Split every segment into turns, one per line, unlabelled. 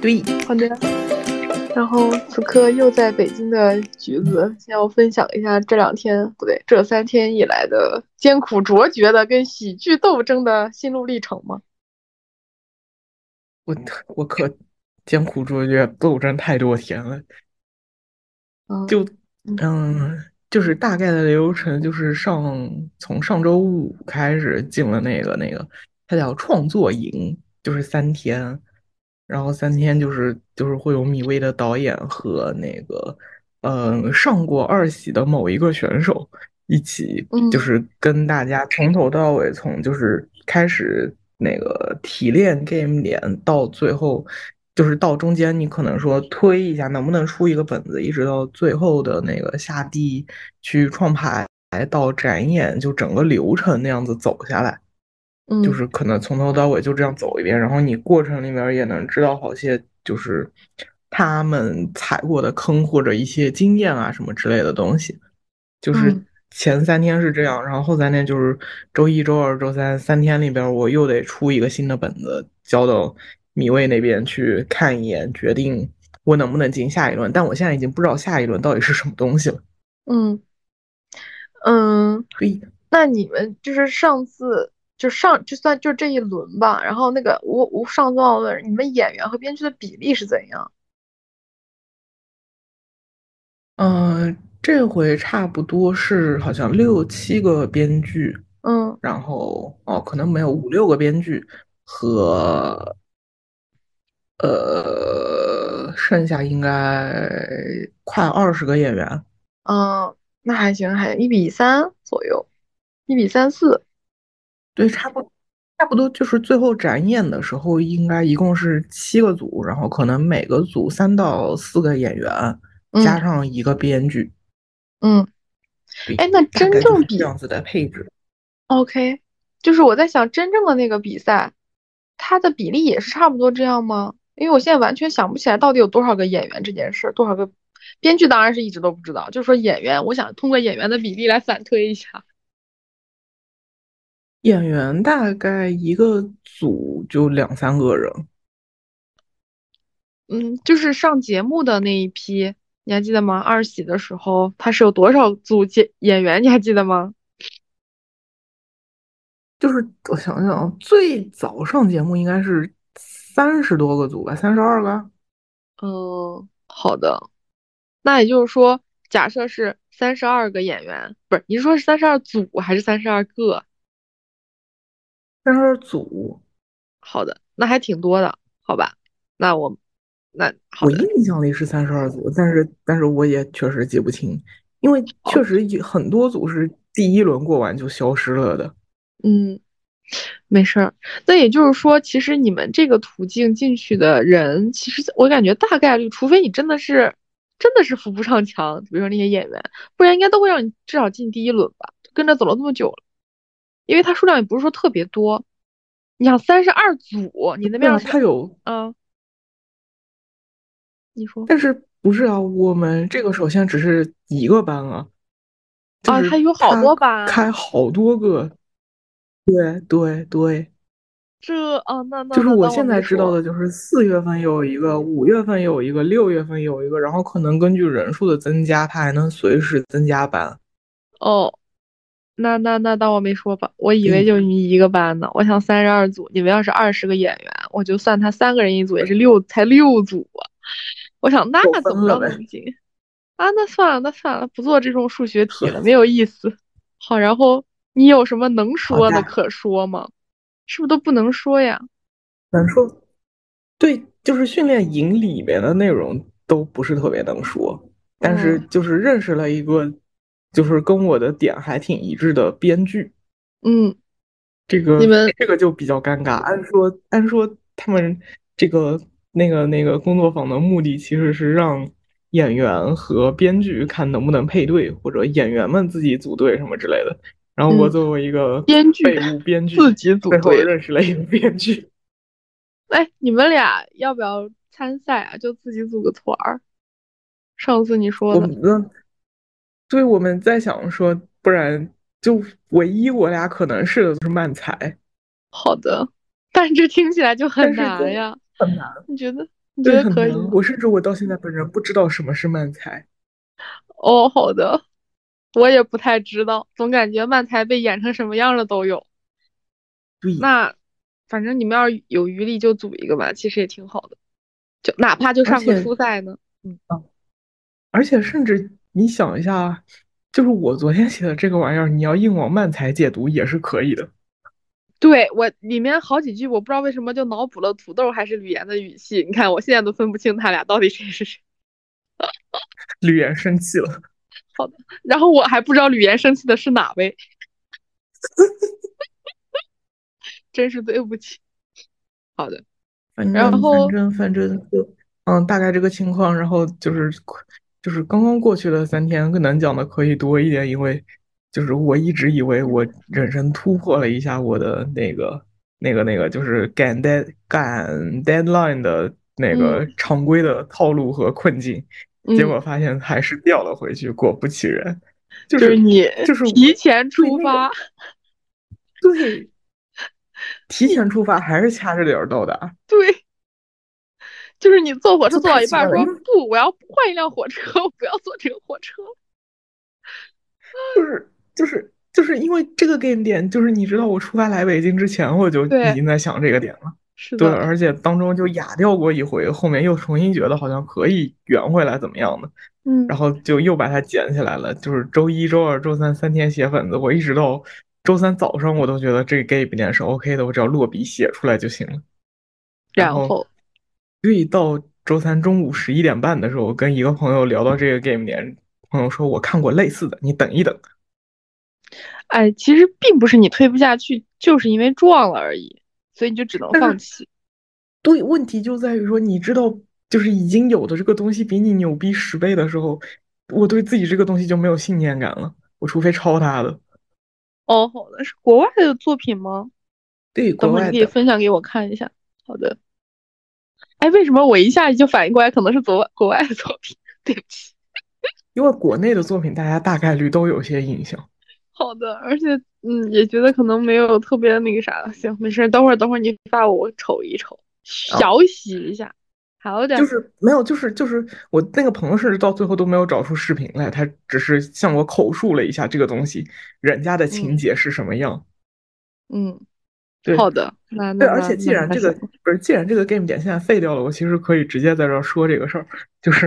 对，
好的。然后此刻又在北京的橘子，要分享一下这两天不对，这三天以来的艰苦卓绝的跟喜剧斗争的心路历程吗？
我我可艰苦卓绝，斗争太多天了。
嗯，
就嗯，就是大概的流程，就是上从上周五开始进了那个那个，它叫创作营，就是三天。然后三天就是就是会有米未的导演和那个，呃，上过二喜的某一个选手一起，
嗯
就是跟大家从头到尾，从就是开始那个提炼 game 点到最后，就是到中间你可能说推一下能不能出一个本子，一直到最后的那个下地去创牌到展演，就整个流程那样子走下来。
嗯，
就是可能从头到尾就这样走一遍，然后你过程里面也能知道好些，就是他们踩过的坑或者一些经验啊什么之类的东西。就是
嗯
前三天是这样，然后后三天就是周一周二、周三三天里边，我又得出一个新的本子交到米未那边去看一眼，决定我能不能进下一轮。但我现在已经不知道下一轮到底是什么东西了。
嗯嗯，
所以
那你们就是上次就上就算就这一轮吧，然后那个我我上次忘了啊问你们演员和编剧的比例是怎样？
嗯、呃这回差不多是好像六七个编剧。
嗯
然后哦，可能没有五六个编剧和呃，剩下应该快二十个演员。
嗯，那还行，还一比三左右，一比三四。
对，差不差不多就是最后展演的时候，应该一共是七个组，然后可能每个组三到四个演员，加
嗯
上一个编剧。
嗯，
对，
哎，那
大
真
概就
正
是
比
这样子的配置。
OK，就是我在想，真正的那个比赛，它的比例也是差不多这样吗？因为我现在完全想不起来到底有多少个演员这件事儿，多少个编剧当然是一直都不知道。就是说演员，我想通过演员的比例来反推一下。
演员大概一个组就两三个人。
嗯，就是上节目的那一批，你还记得吗？二喜的时候，他是有多少组演演员，你还记得吗？
就是我想想啊，最早上节目应该是三十多个组吧，三十二个。
嗯，好的。那也就是说，假设是三十二个演员，不是，你是说是三十二组还是三十二个？
三十二组，
好的，那还挺多的，好吧？那我，那好
我
的，
印象里是三十二组，但是但是我也确实记不清，因为
好，
确实有很多组是第一轮过完就消失了的。
嗯，没事儿。那也就是说，其实你们这个途径进去的人，其实我感觉大概率，除非你真的是真的是扶不上墙，比如说那些演员，不然应该都会让你至少进第一轮吧。跟着走了那么久了，因为它数量也不是说特别多。你想三十二组，你那
对
边要
啊，
是，
他有，
嗯，你说
但是不是啊？我们这个首先只是一个班啊，就
啊，
是
它有好
他
多吧？
开好多个，对对对。
这啊，那那
就是
那
我
当我
现
没
在知道
说。
的，就是四月份有一个，五月份有一个，六月份有一个，然后可能根据人数的增加，它还能随时增加班。
哦，那那那当我没说吧，我以
所
为
以
就你一个班呢。我想三十二组，你们要是二十个演员，我就算他三个人一组，也是六，才六组啊。我想那
就
怎
分
么
了
着
呗。
能进啊？那算了，那算了，不做这种数学题了，
呵，
没有意思。好，然后你有什么能
好
说的
的，
可说吗？是不是都不能说呀？
能
嗯
说。对，就是训练营里面的内容都不是特别能说，但是
嗯
就是认识了一个，就是跟我的点还挺一致的编剧。
嗯，
这
你
个
们
这个就比较尴尬。按说按说他们这个那个那个工作坊的目的其实是让演员和编剧看能不能配对，或者演员们自己组队什么之类的。然后我
嗯，
作为一个
编剧
废物编
自
剧，
己组
最后
队了。
认识了一个编剧。
哎，你们俩要不要参赛啊？就自己组个团儿。上次你说
我
的，
们的，所以我们在想说，不然就唯一我俩可能是的就是慢才，
好的，但这听起来就很
但是就
难呀。
很难。
你觉得？你觉
对，
得
很
可以
难。
吗？
我甚至我到现在本人不知道什么是慢才。
哦，好的，我也不太知道，总感觉漫才被演成什么样的都有。
对，
那反正你们要是有余力就组一个吧，其实也挺好的，就哪怕就
而
上个
且
初赛呢。嗯，
而且甚至你想一下，啊就是我昨天写的这个玩意儿，你要硬往慢才解读也是可以的。
对，我里面好几句，我不知道为什么就脑补了土豆还是吕岩的语气，你看我现在都分不清他俩到底谁是谁。
吕岩生气了，
然后我还不知道吕岩生气的是哪位， 真是对不起。好的，
反
然
正反
后
正反正就，嗯，大概这个情况。然后就是就是刚刚过去的三天，更难讲的可以多一点，因为就是我一直以为我人生突破了一下我的那个那个那个，就是赶 dead 赶 deadline 的那个
嗯
常规的套路和困境，结
嗯，
果发现还是掉了回去。果不其然，就
就是
是
你
就是我
提前
对
出
那个
发，
对提
你
前出发还是掐着点儿啊到达，
对，就是你坐火车
就
坐
太
到一
奇
半
怪
儿
了，
说
因为。
不，我要换一辆火车，我不要坐这个 火车。
就是就是就是因为这个 game 点，就是你知道，我出发来北京之前，我就已
对，
经在想这个点了。
是
对，
的，
而且当中就哑掉过一回，后面又重新觉得好像可以圆回来，怎么样的，
嗯，
然后就又把它捡起来了。就是周一周二周三三天写本子，我一直到周三早上，我都觉得这个 game 点是 OK 的，我只要落笔写出来就行了。然
然
后，
后
所以到周三中午十一点半的时候，我跟一个朋友聊到这个 game 点，朋友说我看过类似的，你等一等。
哎，其实并不是你推不下去，就是因为撞了而已，所以你就只能
但是。
放弃。
对，问题就在于说，你知道，就是已经有的这个东西比你牛逼十倍的时候，我对自己这个东西就没有信念感了。我除非抄它的，
哦，好的，是国外的作品吗？
对
等
国
会
外
儿你可以
的，
分享给我看一下。好的。哎，为什么我一下就反应过来，可能是国外国外的作品？对不起。
因为国内的作品大家大概率都有些印象。
好的，而且嗯，也觉得可能没有特别那个啥。行，没事儿，等会儿等会儿你发我，我瞅一瞅，
啊。
小洗一下。好
就
的，
是没有，就是就是我那个朋友，甚至到最后都没有找出视频来，他只是向我口述了一下这个东西，人家的情
嗯
节是什么样。
嗯，
对
好的，那
对，
那
而
那
且既
那
然
那
这
行
个不是，既然这个 game 点现在废掉了，我其实可以直接在这儿说这个事儿，就是。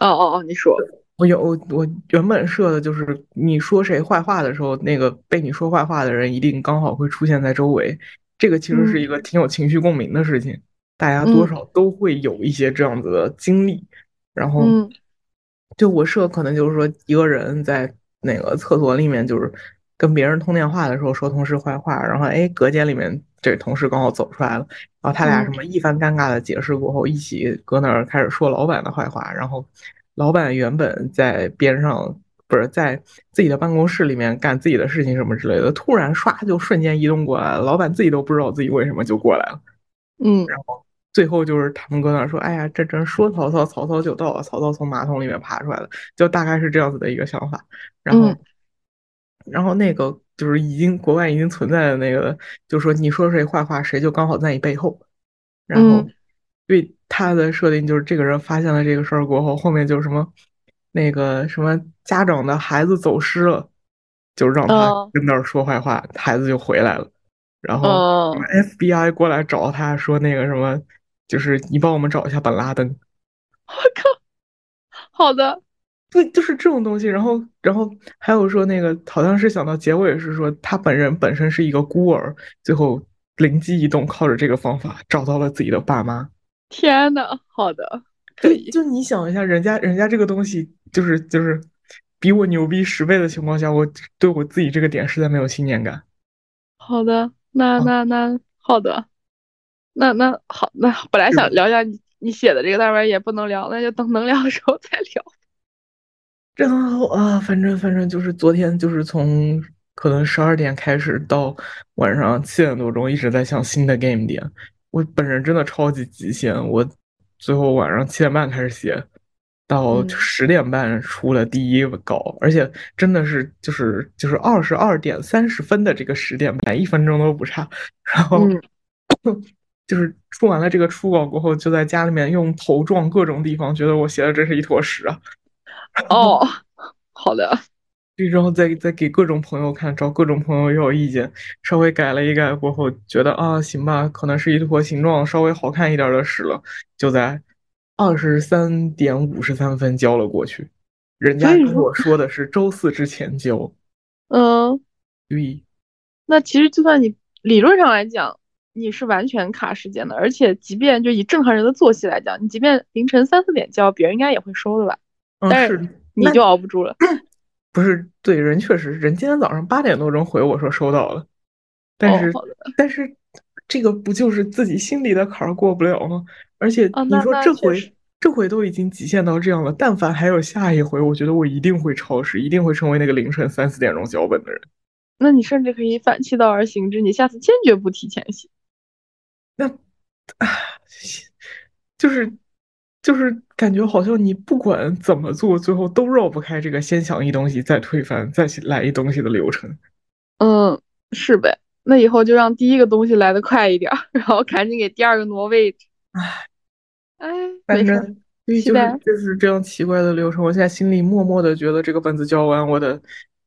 哦哦哦，你说，
我有我原本设的就是你说谁坏话的时候，那个被你说坏话的人一定刚好会出现在周围。这个其实是
嗯
一个挺有情绪共鸣的事情，大家多
嗯
少都会有一些这样子的经历。然后，
嗯
就我设可能就是说一个人在那个厕所里面，就是跟别人通电话的时候说同事坏话，然后哎隔间里面这同事刚好走出来了，然后他俩什
嗯
么一番尴尬的解释过后，一起搁那儿开始说老板的坏话。然后，老板原本在边上，不是在自己的办公室里面干自己的事情什么之类的，突然唰就瞬间移动过来了，老板自己都不知道自己为什么就过来了。
嗯，
然后最后就是他们搁那儿说：“哎呀，这真说曹操，曹操就到了，曹操从马桶里面爬出来了。”就大概是这样子的一个想法。然
嗯
后。然后那个就是已经国外已经存在的那个，就是说你说谁坏话，谁就刚好在你背后。然后
嗯
对他的设定就是这个人发现了这个事儿过后，后面就是什么那个什么家长的孩子走失了，就让他
哦
跟那儿说坏话，孩子就回来了。然后什么
哦
FBI 过来找他说那个什么，就是你帮我们找一下本拉登。
我靠，好的，
对，就是这种东西。然后，然后还有说那个，好像是想到结尾是说他本人本身是一个孤儿，最后灵机一动，靠着这个方法找到了自己的爸妈。
天呐，好的，可
对，
以，
就你想一下，人家人家这个东西就是就是比我牛逼十倍的情况下，我对我自己这个点实在没有信念感
好的，那
啊。
那那好的，那那好，那本来
是
想
的，
聊聊你你写的这个，但是也不能聊，那就等能聊的时候再聊。
然后啊，反正反正就是昨天就是从可能十二点开始到晚上七点多钟一直在想新的 game 点。我本人真的超级极限，我最后晚上七点半开始写，到
嗯
十点半出了第一稿，而且真的是就是就是二十二点三十分的这个十点半，一分钟都不差。然后
嗯
就是出完了这个初稿过后，就在家里面用头撞各种地方，觉得我写的真是一坨屎啊。
哦，好的，
然后再再给各种朋友看，找各种朋友要意见，稍微改了一改过后，觉得啊行吧，可能是一坨形状稍微好看一点的屎了，就在二十三点五十三分交了过去。人家
所以
跟
说
我说的是周四之前交，
嗯，
对，
那其实就算你理论上来讲，你是完全卡时间的，而且即便就以正常人的作息来讲，你即便凌晨三四点交，别人应该也会收的吧？
嗯
但是
是，
你
那
就熬不住了。
不是对人确实，人今天早上八点多钟回我说收到了，但
哦
是、
好的
但是这个不就是自己心里的坎儿过不了吗？而且
啊
你
那
说
那
这
确
回、
实
这回都已经极限到这样了，但凡还有下一回，我觉得我一定会超时，一定会成为那个凌晨三四点钟脚本的人。
那你甚至可以反其道而行之，你下次坚决不提前写。
那啊，就是就是感觉好像你不管怎么做，最后都绕不开这个先想一东西，再推翻，再去来一东西的流程。
嗯，是呗。那以后就让第一个东西来得快一点儿， 然后赶紧给第二个挪位置。哎，没
反
事
正
儿。
对，
期
就是
待
就是这样奇怪的流程。我现在心里默默的觉得，这个本子交完，我的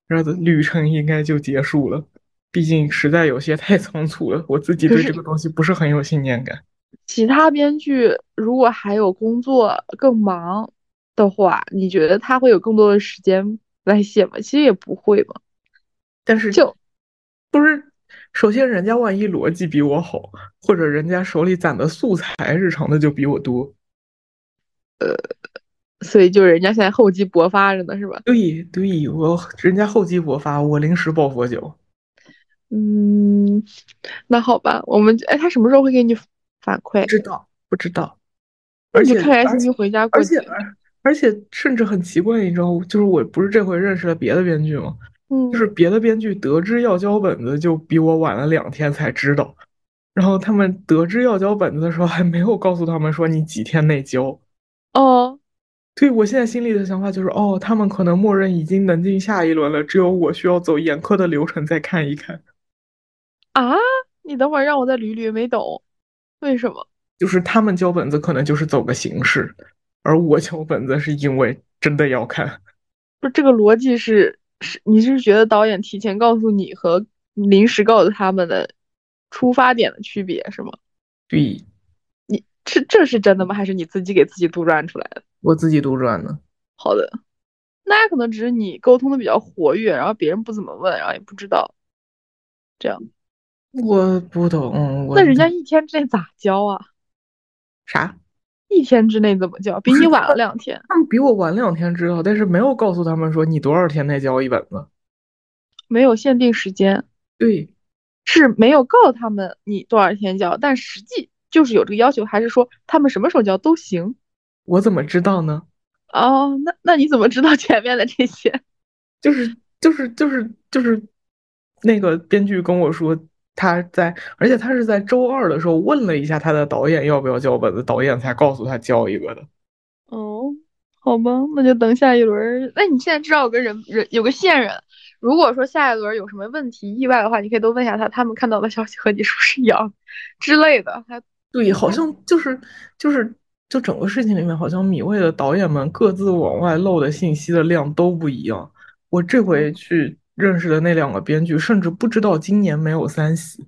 然后旅程应该就结束了。毕竟实在有些太仓促了，我自己
可
对
是
这个东西不是很有信念感。
其他编剧如果还有工作更忙的话，你觉得他会有更多的时间来写吗？其实也不会吧。
但是
就
不是，首先人家万一逻辑比我好，或者人家手里攒的素材日常的就比我多。
所以就人家现在厚积薄发着呢，是吧？
对对，我人家厚积薄发，我临时抱佛脚。
嗯，那好吧，我们哎，他什么时候会给你反馈
不？知道，不知道。
那
而
你就
且
看来
而
心
且
情回家过
而且
节。
而而且甚至很奇怪，你知道，就是我不是这回认识了别的编剧吗？就
嗯
是别的编剧得知要交本子，就比我晚了两天才知道。然后他们得知要交本子的时候，还没有告诉他们说你几天内交。
哦，
对，我现在心里的想法就是，哦，他们可能默认已经能进下一轮了，只有我需要走严苛的流程再看一看。
啊，你等会儿让我再捋捋，没懂，为什么？
就是他们交本子可能就是走个形式，而我交本子是因为真的要看。
不是这个逻辑是是你是觉得导演提前告诉你和临时告诉他们的出发点的区别是吗？
对，
你这这是真的吗？还是你自己给自己杜撰出来的？
我自己杜撰的。
好的，那可能只是你沟通的比较活跃，然后别人不怎么问，然后也不知道这样。
我不懂，嗯我
那人家一天之内咋交啊？
啥？
一天之内怎么交？比
不是
你晚
他
了两天
他们比我晚两天知道，但是没有告诉他们说你多少天内交一本子。
没有限定时间，
对，
是没有告诉他们你多少天交，但实际就是有这个要求，还是说他们什么时候交都行？
我怎么知道呢？
哦，那那你怎么知道前面的这些？
就是就是就是就是，那个编剧跟我说他在，而且他是在周二的时候问了一下他的导演要不要交本子，导演才告诉他交一个的。
哦，好吧，那就等下一轮儿。那你现在至少有个人人有个线人，如果说下一轮儿有什么问题、意外的话，你可以多问一下他，他们看到的消息和你是不是一样之类的。还
对，
嗯
好像就是就是就整个事情里面，好像米未的导演们各自往外漏的信息的量都不一样。我这回
嗯
去认识的那两个编剧，甚至不知道今年没有三喜。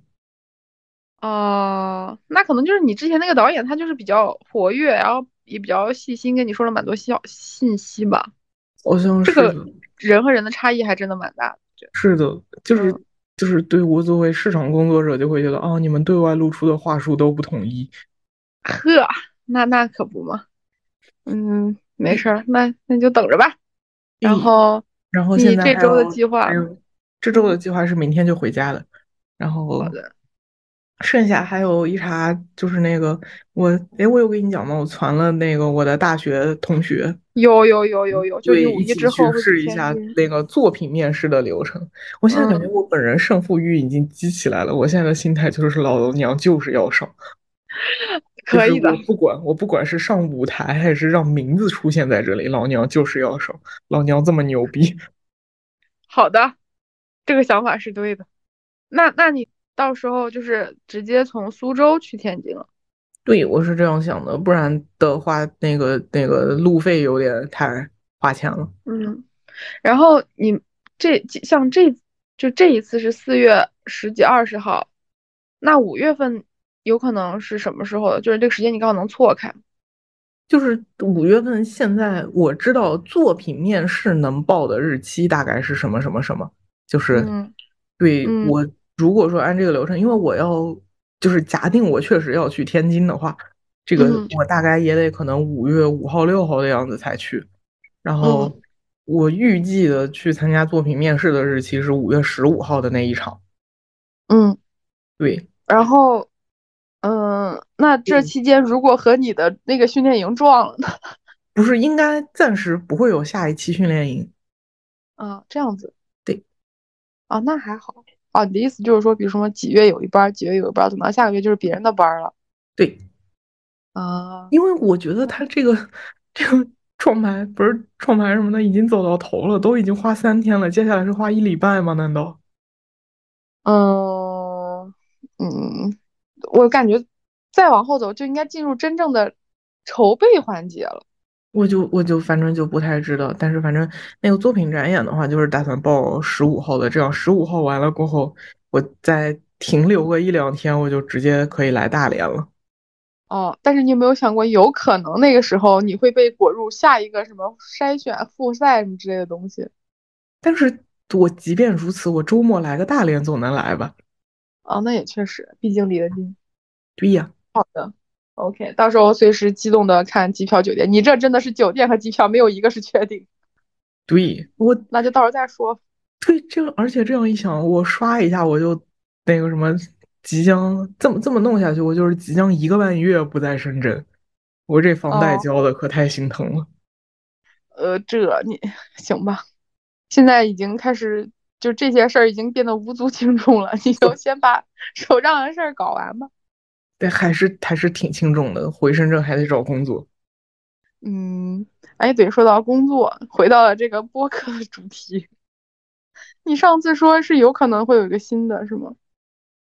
啊、那可能就是你之前那个导演，他就是比较活跃，然后也比较细心，跟你说了蛮多小信息吧。
好像
这
是
个
的，
人和人的差异还真的蛮大的。我觉得
是的，就是
嗯
就是对我作为市场工作者就会觉得，哦，你们对外露出的话术都不统一。
呵，那那可不嘛。嗯，没事儿，那那就等着吧。然
嗯
后
然后
你
现在
这
还
周的
有
计划
还有哎这周的计划是明天就回家了，然后
好的，
剩下还有一茬就是那个我哎，我有跟你讲吗？我传了那个我的大学同学，
有有有有有，就
对，
你五
一
一
起
之
去
后会去
试一
天
下
津。
那个作品面试的流程。我现在感觉
嗯，
我本人胜负欲已经激起来了，我现在的心态就是老娘就是要上，就
可
是
以的。
我不管我不管是上舞台还是让名字出现在这里，老娘就是要上，老娘这么牛逼。
好的，这个想法是对的。那那你到时候就是直接从苏州去天津了。
对，我是这样想的，不然的话，那个那个路费有点太花钱了。
嗯，然后你这像这就这一次是四月十几二十号，那五月份有可能是什么时候？就是这个时间你刚好能错开。
就是五月份，现在我知道作品面试能报的日期大概是什么什么什么，就是
嗯
对
嗯
我如果说按这个流程，因为我要就是假定我确实要去天津的话，这个
嗯
我大概也得可能五月五号六号的样子才去，然后
嗯
我预计的去参加作品面试的日期是五月十五号的那一场，
嗯，
对，
然后嗯，那这
嗯
期间如果和你的那个训练营撞了呢？
不是应该暂时不会有下一期训练营，
啊，这样子。
对。
啊，那还好。啊，你的意思就是说，比如说几月有一班儿，几月有一班儿，等到下个月就是别人的班儿了。
对。
啊，
因为我觉得他这个这个创牌不是创牌什么的，已经走到头了，都已经花三天了，接下来是花一礼拜吗？难道？
嗯嗯，我感觉再往后走就应该进入真正的筹备环节了。
我就我就反正就不太知道，但是反正那个作品展演的话，就是打算报十五号的，这样十五号完了过后，我再停留个一两天，我就直接可以来大连了。
哦，但是你有没有想过，有可能那个时候你会被裹入下一个什么筛选、复赛什么之类的东西？
但是我即便如此，我周末来个大连总能来吧？
啊，那也确实，毕竟离得近。
对呀，
OK，到时候随时激动的看机票、酒店。你这真的是酒店和机票没有一个是确定，
对我。
那就到时候再说。
对，这样，而且这样一想，我刷一下我就那个什么，即将这么这么弄下去，我就是即将一个半月不在深圳，我这房贷
哦
交的可太心疼了。
呃，这你行吧？现在已经开始，就这些事儿已经变得无足轻重了。你就先把手上的事儿搞完吧。
对，还是还是挺轻重的，回深圳还得找工作。
嗯，哎，对，说到工作，回到了这个播客的主题。你上次说是有可能会有一个新的，是吗？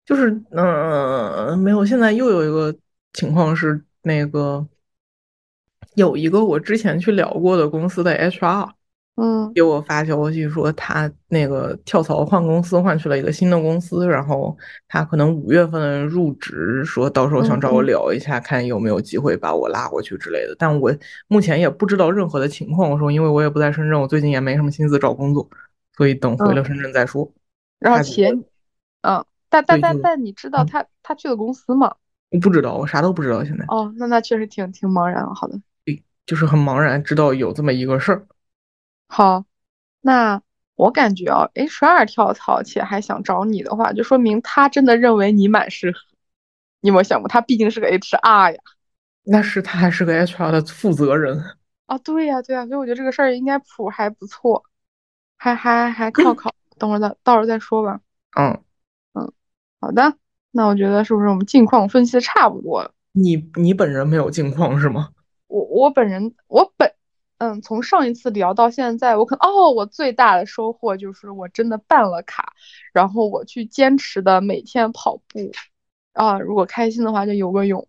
就是，嗯、没有，现在又有一个情况是，那个有一个我之前去聊过的公司的 HR
嗯
给我发消息说，他那个跳槽换公司，换去了一个新的公司，然后他可能五月份入职，说到时候想
嗯
找我
嗯
聊一下，看有没有机会把我拉过去之类的。但我目前也不知道任何的情况，我说因为我也不在深圳，我最近也没什么心思找工作，所以等回了
嗯，
深圳再说。
然后
他给我
前，嗯，但
对
但
就
但但你知
嗯，
道他他去的公司吗？
我不知道，我啥都不知道，现在
哦，那那确实挺挺茫然了。好的，
就是很茫然，知道有这么一个事儿。
好，那我感觉啊，H R 跳槽且还想找你的话，就说明他真的认为你蛮适合。你有没有想过，他毕竟是个 H R 呀？
那是他还是个 HR 的负责人，
啊，对呀，对呀，所以我觉得这个事儿应该谱还不错，还还还靠靠，等会儿再到时候再说吧。
嗯。
嗯，好的，那我觉得是不是我们近况分析的差不多了？
你你本人没有境况是吗？
我我本人我本嗯，从上一次聊到现在，我可哦，我最大的收获就是我真的办了卡，然后我去坚持的每天跑步啊，如果开心的话就游个泳，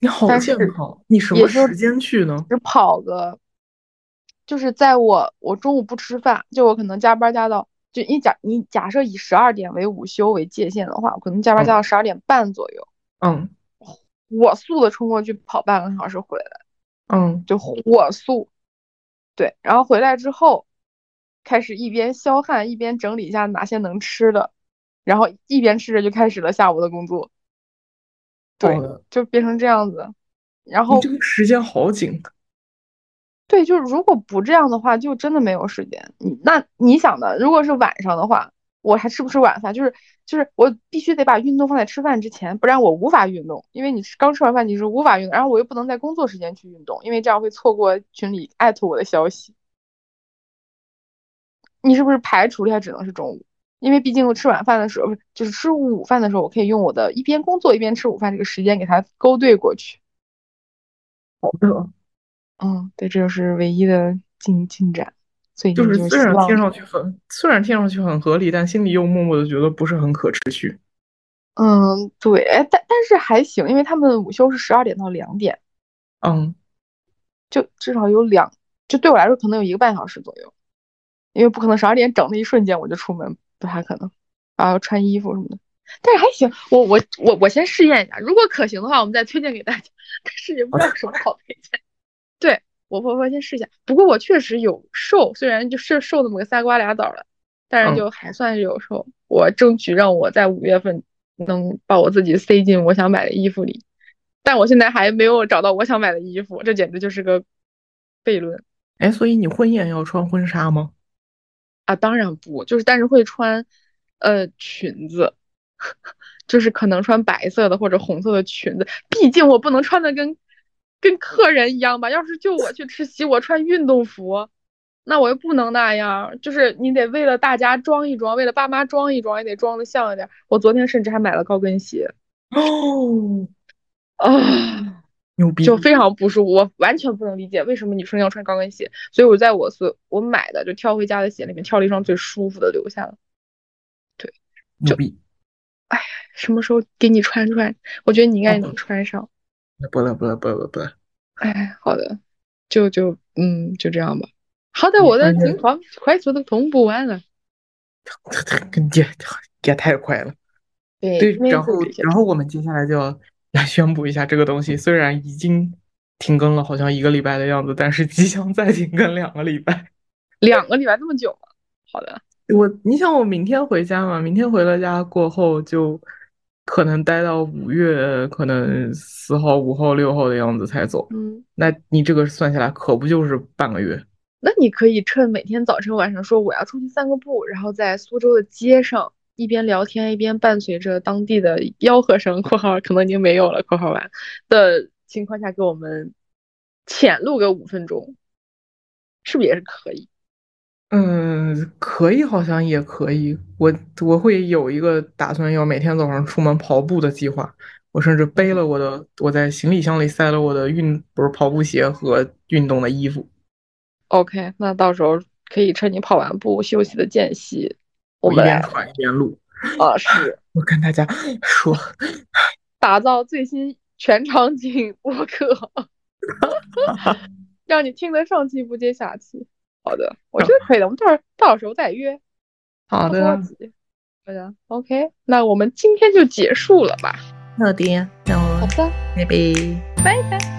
你好
但
健
是
康，你什么
也就
时间去呢？
只跑个，就是在我我中午不吃饭，就我可能加班加到就你假你假设以十二点为午休为界限的话，我可能加班加
嗯
到十二点半左右，
嗯
火速的冲过去跑半个小时回来，
嗯，
就火速。对，然后回来之后，开始一边消汗一边整理一下哪些能吃的，然后一边吃着就开始了下午的工作。
好
对，
的，
就变成这样子。然
你这
后
个时间好紧。啊
对，就是如果不这样的话，就真的没有时间。你那你想的，如果是晚上的话，我还吃不吃晚饭？就是就是我必须得把运动放在吃饭之前，不然我无法运动。因为你吃刚吃完饭你是无法运动，然后我又不能在工作时间去运动，因为这样会错过群里艾特我的消息。你是不是排除了它只能是中午？因为毕竟我吃晚饭的时候，不是就是吃午饭的时候，我可以用我的一边工作一边吃午饭这个时间给它勾兑过去。
好的，
嗯，对，这就是唯一的进进展。所以
就
你
是
就
虽
希
然
望
听上去很，虽然听上去很合理，但心里又默默的觉得不是很可持续。
嗯，对，哎，但但是还行，因为他们的午休是十二点到两点，
嗯，
就至少有两，就对我来说可能有一个半小时左右，因为不可能十二点整的一瞬间我就出门，不太可能，然后穿衣服什么的。但是还行，我我我我先试验一下，如果可行的话，我们再推荐给大家。 但是也不知道有什么好推荐。对，我婆婆先试一下。不过我确实有瘦，虽然就是瘦那么个仨瓜俩枣儿的，但
嗯
是就还算是有瘦。我争取让我在五月份能把我自己塞进我想买的衣服里，但我现在还没有找到我想买的衣服，这简直就是个悖论
哎，所以你婚宴要穿婚纱吗？
啊！当然不，就是但是会穿，呃，裙子。 就是可能穿白色的或者红色的裙子，毕竟我不能穿的跟跟客人一样吧。要是就我去吃席，我穿运动服，那我又不能那样。就是你得为了大家装一装，为了爸妈装一装，也得装的像一点。我昨天甚至还买了高跟鞋
哦，
啊，
牛逼！
就非常不舒服。我完全不能理解为什么女生要穿高跟鞋，所以我在我所我买的就挑回家的鞋里面挑了一双最舒服的留下了。
牛逼！
什么时候给你穿穿？我觉得你应该
嗯
能穿上。
不了不了不了不了，
哎，好的，就就嗯，就这样吧。好歹
你
我的
看这
情况快速的同步完了。
也 也太快了。
对
对，
因为
然
就
后
这些
然后我们接下来就要来宣布一下这个东西，虽然已经停更了，好像一个礼拜的样子，但是即将再停更两个礼拜。
两个礼拜那么久吗？好的，
我，你想我明天回家嘛？明天回了家过后，就可能待到五月，可能四号、五号、六号的样子才走。
嗯，
那你这个算下来，可不就是半个月？
那你可以趁每天早晨、晚上说我要出去散个步，然后在苏州的街上一边聊天，一边伴随着当地的吆喝声（括号可能已经没有了，括号完）的情况下，给我们浅录个五分钟，是不是也是可以？
嗯，可以，好像也可以。我我会有一个打算，要每天早上出门跑步的计划。我甚至背了我的，我在行李箱里塞了我的运，不是跑步鞋和运动的衣服。
OK，那到时候可以趁你跑完步休息的间隙，我
我一
们
边
来
喘一边录，
啊，是
我跟大家 说，
打造最新全场景播客， 让你听得上气不接下气。好的，我觉得可以的，我们到时候到时候再约，
好
不着
的，
急。好的，OK，那我们今天就结束了吧？
那点，那
好
我
的，
拜拜。
拜拜。